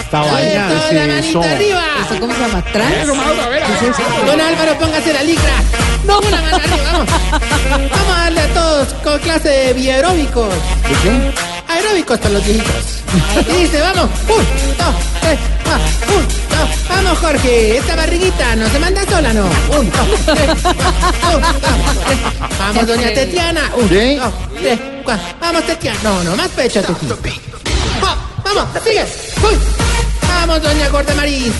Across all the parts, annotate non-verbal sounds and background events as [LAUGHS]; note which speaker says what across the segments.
Speaker 1: Esta vaina
Speaker 2: Eso, la
Speaker 1: es
Speaker 2: manita
Speaker 1: eso.
Speaker 2: arriba.
Speaker 3: ¿Esto cómo se llama? ¿Trans?
Speaker 1: Eso, Mauro, a ver, a ver, a ver.
Speaker 2: Don Álvaro, póngase la licra. No, una mano arriba, vamos.
Speaker 3: [LAUGHS]
Speaker 2: Vamos a darle a todos con clase de biaeróbicos.
Speaker 1: ¿De qué?
Speaker 2: Aeróbicos para los viejitos. Y dice, vamos. Un, dos, tres, más. Un, dos. Vamos, Jorge. Esta barriguita no se manda sola, ¿no? Un, dos, tres, más. Un, dos, tres. Vamos, doña Tetiana. Un,
Speaker 1: ¿Sí?
Speaker 2: dos, tres, cuatro. Vamos, Tetiana. No, no, más pecho, Tetiana. Va, Vamos, sigue. Uy. Vamos, doña Gorda Maris.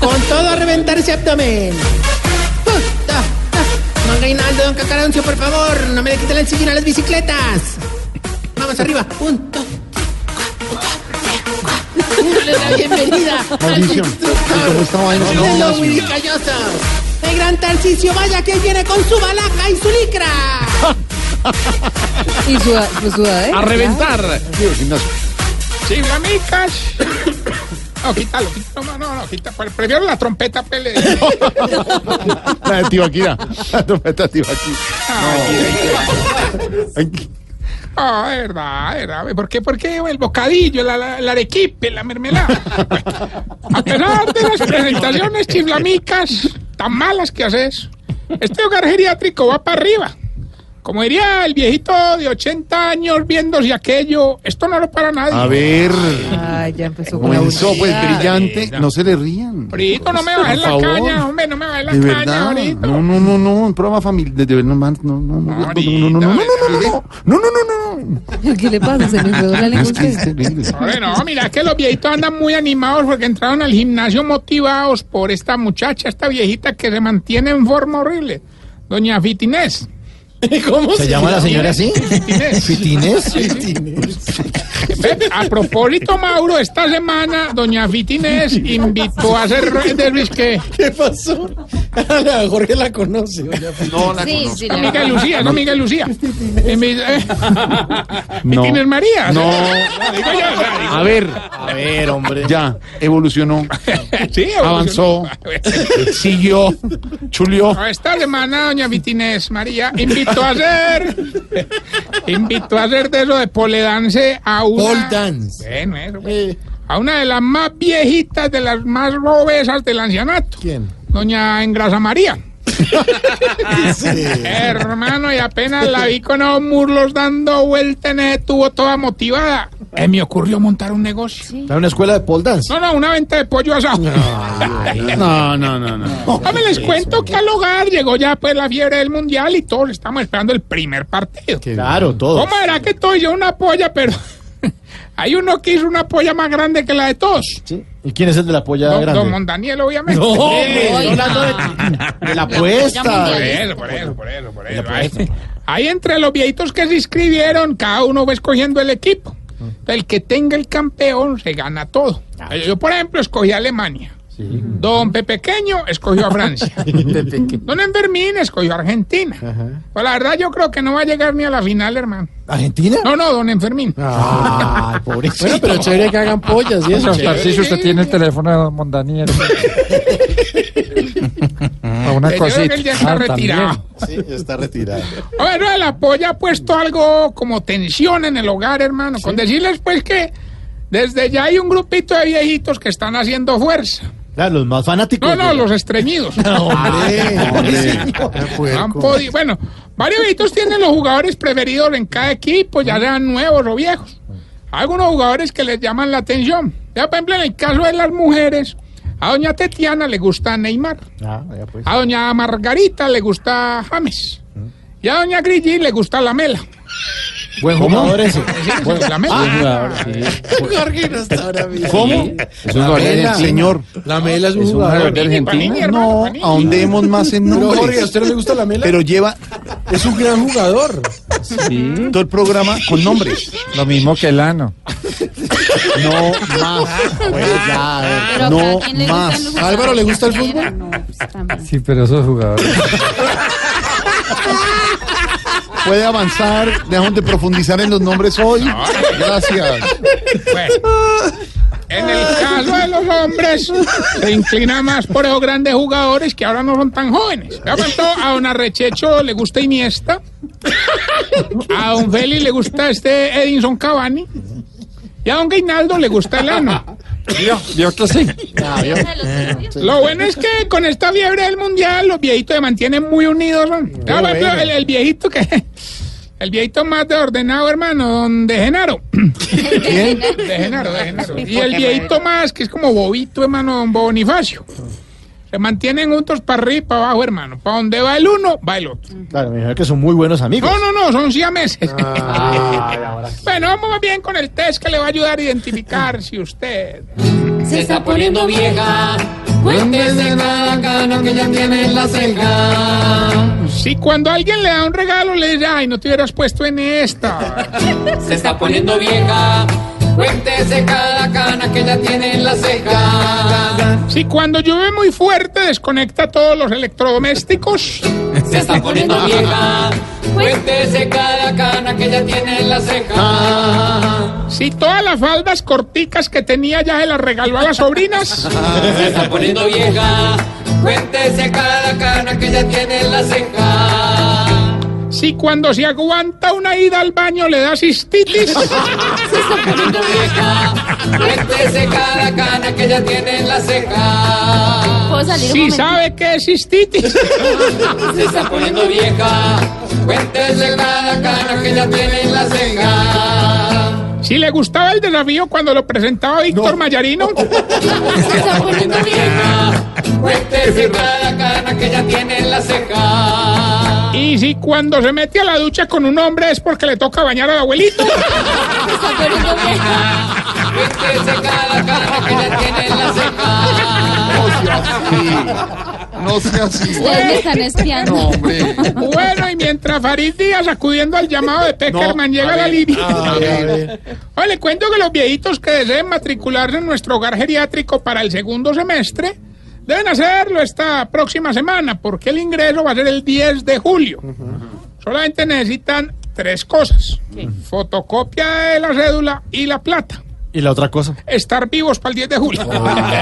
Speaker 2: Con todo a reventar ese abdomen. Uy, da, da. Don Reinaldo, don Cacarancio, por favor, no me le quiten el sillín a las bicicletas. Vamos arriba. Un, dos, tres, cuatro. Dale la bienvenida al
Speaker 1: Mauricio,
Speaker 2: [LAUGHS]
Speaker 1: ¿y cómo está vaina? No,
Speaker 2: instructor
Speaker 1: Mauricio.
Speaker 2: de Luis Calloso. El gran Tarcicio, vaya que viene con su balaca y su licra.
Speaker 3: Y pues su, su sudadera.
Speaker 4: A reventar.
Speaker 1: Sí, el gimnasio.
Speaker 4: Sí, [COUGHS] mamicas. No, quítalo, quítalo. No, no, no, quítalo. Prefiero la trompeta, pele. [LAUGHS]
Speaker 1: La de Tibaquira. La trompeta de Tibaquira. Ay,
Speaker 4: Ah, de verdad, de verdad. ¿Por qué? ¿Por qué? El bocadillo, la, la, la arequipe, la mermelada. A pesar de las presentaciones chiflamicas tan malas que haces, este hogar geriátrico va para arriba. Como diría el viejito de 80 años viéndose aquello, esto no lo para nadie.
Speaker 1: A ver.
Speaker 3: Ay, Ah, ya empezó con la
Speaker 1: Comenzó pues
Speaker 3: aburrida.
Speaker 1: brillante. No se le rían.
Speaker 4: Ahorita no me bajes
Speaker 1: Por
Speaker 4: la
Speaker 1: favor.
Speaker 4: caña, hombre, no me bajes la
Speaker 1: De
Speaker 4: caña
Speaker 1: verdad.
Speaker 4: ahorita.
Speaker 1: No, no, no, no. Un programa familiar. De verdad, no, man, no, no, no, no, no, no, no, no, no, no, no, no, no, no, no.
Speaker 3: [LAUGHS] ¿Qué le pasa? Se me enredó la lengua a
Speaker 1: Es que es
Speaker 3: usted.
Speaker 1: terrible.
Speaker 4: Hombre, no, mira que los viejitos andan muy animados porque entraron al gimnasio motivados por esta muchacha, esta viejita que se mantiene en forma horrible. Doña Fitinés.
Speaker 2: ¿Cómo
Speaker 5: ¿Se llama la señora así?
Speaker 1: [LAUGHS]
Speaker 5: ¿Fitinés?
Speaker 4: Ve, A propósito, Mauro, esta semana Doña Fitinés invitó a hacer redes que
Speaker 5: ¿Qué pasó? Jorge la conoce.
Speaker 1: No la
Speaker 3: Sí,
Speaker 1: conozco.
Speaker 3: sí, la
Speaker 4: Amiga Lucía, no amiga Lucía. Invi- eh,
Speaker 1: No.
Speaker 4: Fitinés María.
Speaker 1: No.
Speaker 4: Digo
Speaker 1: [LAUGHS]
Speaker 4: yo,
Speaker 1: A ver,
Speaker 5: A ver, hombre.
Speaker 1: ya, evolucionó,
Speaker 4: sí, [LAUGHS]
Speaker 1: avanzó, siguió, chulió.
Speaker 4: Esta semana, doña Vitinés María invitó a hacer. invitó a hacer de eso de poledance a una.
Speaker 5: Paul Dance.
Speaker 4: Bueno, eso, pues.
Speaker 5: Eh,
Speaker 4: A una de las más viejitas, de las más obesas del ancianato.
Speaker 5: ¿Quién?
Speaker 4: Doña Engrasa María.
Speaker 5: Ah,
Speaker 4: Hermano, y apenas la vi con los muslos dando vuelta en ese tubo toda motivada. Eh, me ocurrió montar un negocio.
Speaker 5: ¿Está en una escuela de pole dance?
Speaker 4: No, no, una venta de pollo asado.
Speaker 1: No, no, no, no.
Speaker 4: Hombre, les cuento que al hogar llegó ya pues la fiebre del mundial y todos estamos esperando el primer partido.
Speaker 5: Claro, todo.
Speaker 4: ¿Cómo era que todo yo una polla, pero [LAUGHS] hay uno que hizo una polla más grande que la de todos?
Speaker 5: Sí. ¿Y quién es el de la polla
Speaker 4: Don, don
Speaker 5: grande?
Speaker 4: Mondaniel, obviamente.
Speaker 5: No,
Speaker 4: Eh,
Speaker 5: hombre,
Speaker 3: Ay,
Speaker 5: estoy hablando de, de la
Speaker 4: por
Speaker 5: apuesta.
Speaker 4: eso, por eso, por eso, por eso. Ahí,
Speaker 5: pues.
Speaker 4: ahí entre los viejitos que se inscribieron, cada uno va escogiendo el equipo.
Speaker 5: Mm.
Speaker 4: El que tenga el campeón se gana todo.
Speaker 5: Ah.
Speaker 4: Yo, por ejemplo, escogí a Alemania. Don Pepequeño escogió a
Speaker 5: [LAUGHS]
Speaker 4: Francia. Don Enfermín escogió a Argentina. Pues la verdad yo creo que no va a llegar ni a la final, hermano.
Speaker 5: ¿Argentina? Ah.
Speaker 4: No, no, don Enfermín.
Speaker 5: Ay, pobrecito. Bueno, pero chévere que hagan pollas y eso.
Speaker 6: Tarcisio, usted tiene el teléfono de Don Mondaniel. Para una
Speaker 4: Eh, yo creo
Speaker 6: cosita.
Speaker 4: que él ya está
Speaker 6: Ah, también.
Speaker 4: retirado.
Speaker 5: Sí, ya está retirado.
Speaker 4: Bueno, el apoyo ha puesto algo como tensión en el hogar, hermano. Con decirles, pues, que desde ya hay un grupito de viejitos que están haciendo fuerza.
Speaker 5: Claro, los más fanáticos.
Speaker 4: No, no,
Speaker 5: de-
Speaker 4: los estreñidos.
Speaker 6: [LAUGHS]
Speaker 5: Ah, Hombre, hombre.
Speaker 4: No han podido- Bueno, varios viejitos tienen los jugadores preferidos en cada equipo, ya sean nuevos o viejos. Algunos jugadores que les llaman la atención. Ya, por ejemplo, en el caso de las mujeres, a doña Tetiana le gusta Neymar.
Speaker 5: Ah, ya pues.
Speaker 4: A doña Margarita le gusta James. Y a doña Grilli le gusta la mela.
Speaker 5: Buen jugador ese.
Speaker 4: La mela.
Speaker 5: Jorge no está ahora mismo.
Speaker 1: ¿Cómo? Eso es valer el señor.
Speaker 5: La mela es un
Speaker 1: Es un
Speaker 5: jugador.
Speaker 1: jugador de
Speaker 4: Panini,
Speaker 1: Argentina.
Speaker 4: hermano,
Speaker 1: No,
Speaker 4: Panini.
Speaker 1: ahondemos más en
Speaker 5: Pero Jorge, ¿a
Speaker 1: nombres.
Speaker 5: usted no le gusta la mela?
Speaker 1: Pero lleva
Speaker 5: es un gran jugador.
Speaker 1: todo el programa con nombres.
Speaker 6: Lo mismo que el ano.
Speaker 1: No más.
Speaker 5: Pues ya, a ver.
Speaker 3: Pero
Speaker 1: No
Speaker 3: ¿a quién le gustan
Speaker 1: más.
Speaker 3: los
Speaker 5: ¿A Álvaro le gusta el
Speaker 3: jugadores?
Speaker 5: fútbol?
Speaker 3: No, pues, también.
Speaker 6: Sí, pero esos jugadores.
Speaker 1: Puede avanzar, dejamos de profundizar en los nombres hoy. Gracias.
Speaker 4: Bueno, en el caso de los hombres, se inclina más por esos grandes jugadores que ahora no son tan jóvenes. De pronto, a don Arrechecho le gusta Iniesta, a don Feli le gusta este Edinson Cavani, Y a don Gainaldo le gusta el ano.
Speaker 6: Vio, vio que sí.
Speaker 4: Lo bueno es que con esta fiebre del mundial, los viejitos se mantienen muy unidos. ¿no? Ah, por ejemplo, el, el viejito que. El viejito más de ordenado, hermano, don De Genaro. De Genaro, de Genaro. Y el viejito más, que es como bobito, hermano, don Bonifacio. Se mantienen juntos para arriba y para abajo, hermano. Para donde va el uno, va el otro.
Speaker 5: Claro, me imagino que son muy buenos amigos.
Speaker 4: No, no, no, son siameses.
Speaker 5: Ay, Ah, ahora sí.
Speaker 4: Bueno, vamos más bien con el test que le va a ayudar a identificar si usted.
Speaker 7: Se está poniendo vieja. Cuéntese cada cana que ya tiene en la celda.
Speaker 4: Si cuando alguien le da un regalo le dice, ay, no te hubieras puesto en esta.
Speaker 7: Se está poniendo vieja. Cuéntese cada cana que ya tiene en la ceja.
Speaker 4: Si cuando llueve muy fuerte desconecta todos los electrodomésticos.
Speaker 7: Se está poniendo vieja. Cuéntese cada cana que ya tiene en la ceja.
Speaker 4: Si todas las faldas corticas que tenía ya se las regaló a las sobrinas.
Speaker 7: Se está poniendo vieja. Cuéntese cada cana que ya tiene en la ceja.
Speaker 4: Si cuando se aguanta una ida al baño le da cistitis.
Speaker 7: Se está poniendo vieja. Cuéntese cada cana que ya tiene en la ceja.
Speaker 8: ¿Puedo salir un
Speaker 4: Si
Speaker 8: momento?
Speaker 4: sabe que es cistitis.
Speaker 7: Se está poniendo vieja. Cuéntese cada cana que ya tiene en la ceja.
Speaker 4: Si le gustaba el desafío cuando lo presentaba Víctor Mayarino.
Speaker 7: Se está poniendo vieja. Cuéntese cada cana que ya tiene en la ceja.
Speaker 4: Y si cuando se mete a la ducha con un hombre es porque le toca bañar al abuelito.
Speaker 8: Se está poniendo vieja.
Speaker 7: Cuéntese cada cana que ya tiene en la ceja.
Speaker 1: No sea así.
Speaker 8: Ustedes me están espiando.
Speaker 1: No, hombre.
Speaker 4: Bueno, y mientras Farid Díaz acudiendo al llamado de Peckerman llega a la línea.
Speaker 5: Ah,
Speaker 4: Oye, le cuento que los viejitos que deseen matricularse en nuestro hogar geriátrico para el segundo semestre deben hacerlo esta próxima semana, porque el ingreso va a ser el 10 de julio. Solamente necesitan tres cosas: fotocopia de la cédula y la plata.
Speaker 5: Y la otra cosa.
Speaker 4: Estar vivos para el 10 de julio. [LAUGHS] es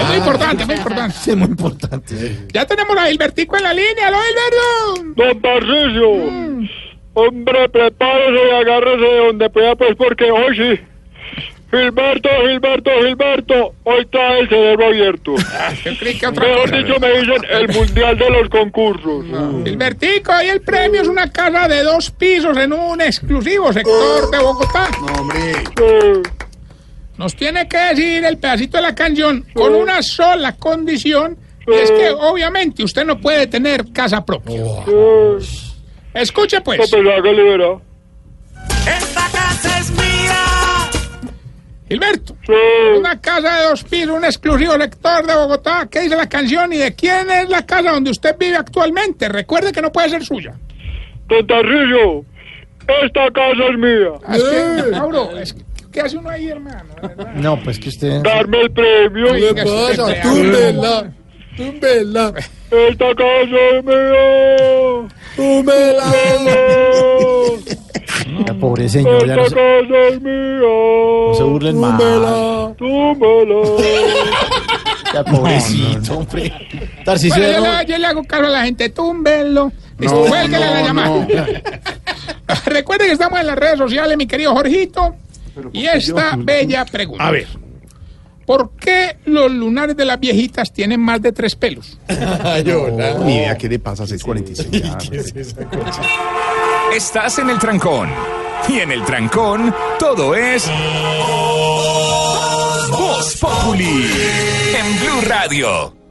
Speaker 4: muy importante, muy importante.
Speaker 5: Es muy importante.
Speaker 4: Ya tenemos a Gilbertico en la línea, ¡lo Gilberto!
Speaker 9: Don Tarcisio, hombre, prepárese y agárrese de donde pueda, pues, porque hoy sí. Gilberto, Gilberto, Gilberto, hoy trae el
Speaker 5: [LAUGHS]
Speaker 9: cerebro abierto.
Speaker 4: Yo creí que otra
Speaker 9: Mejor
Speaker 4: cosa.
Speaker 9: dicho, me dicen el mundial de los concursos.
Speaker 4: Gilbertico, y el premio es una casa de dos pisos en un exclusivo sector de Bogotá.
Speaker 9: Eh,
Speaker 4: Nos tiene que decir el pedacito de la canción con una sola condición, y es que obviamente usted no puede tener casa propia.
Speaker 9: eh,
Speaker 4: Escuche
Speaker 9: no
Speaker 4: pues,
Speaker 9: pensaba que le era.
Speaker 4: Gilberto,
Speaker 9: Eh,
Speaker 4: una casa de dos pisos, un exclusivo sector de Bogotá, ¿qué dice la canción y de quién es la casa donde usted vive actualmente? Recuerde que no puede ser suya.
Speaker 9: Don Tarcisio, esta casa es mía.
Speaker 4: Así que, Mauro, es que, ¿qué hace uno ahí, hermano? De verdad.
Speaker 5: No, pues que usted.
Speaker 9: Darme el premio.
Speaker 4: Oiga, usted
Speaker 5: pasa?
Speaker 4: se
Speaker 5: Túmbela. Túmbela.
Speaker 9: Esta casa es mía.
Speaker 5: Túmbela. [LAUGHS]
Speaker 9: Eh,
Speaker 5: La pobre señora.
Speaker 9: Esta
Speaker 5: No se,
Speaker 9: casa es mía.
Speaker 5: no se burlen más.
Speaker 9: Túmbala.
Speaker 5: Ya, pobrecito, hombre. Tarcisio.
Speaker 4: Bueno, yo,
Speaker 5: no-
Speaker 4: le, yo le hago caso a la gente, túmbenlo. Listo, cuélguele la llamada. [LAUGHS] Recuerden que estamos en las redes sociales, mi querido Jorgito. Y esta bella pregunta. A ver. ¿Por qué los lunares de las viejitas tienen más de tres pelos?
Speaker 1: Ni idea qué le pasa a 645.
Speaker 10: Estás en el trancón. Y en el trancón, todo es. Voz Populi. En Blue Radio.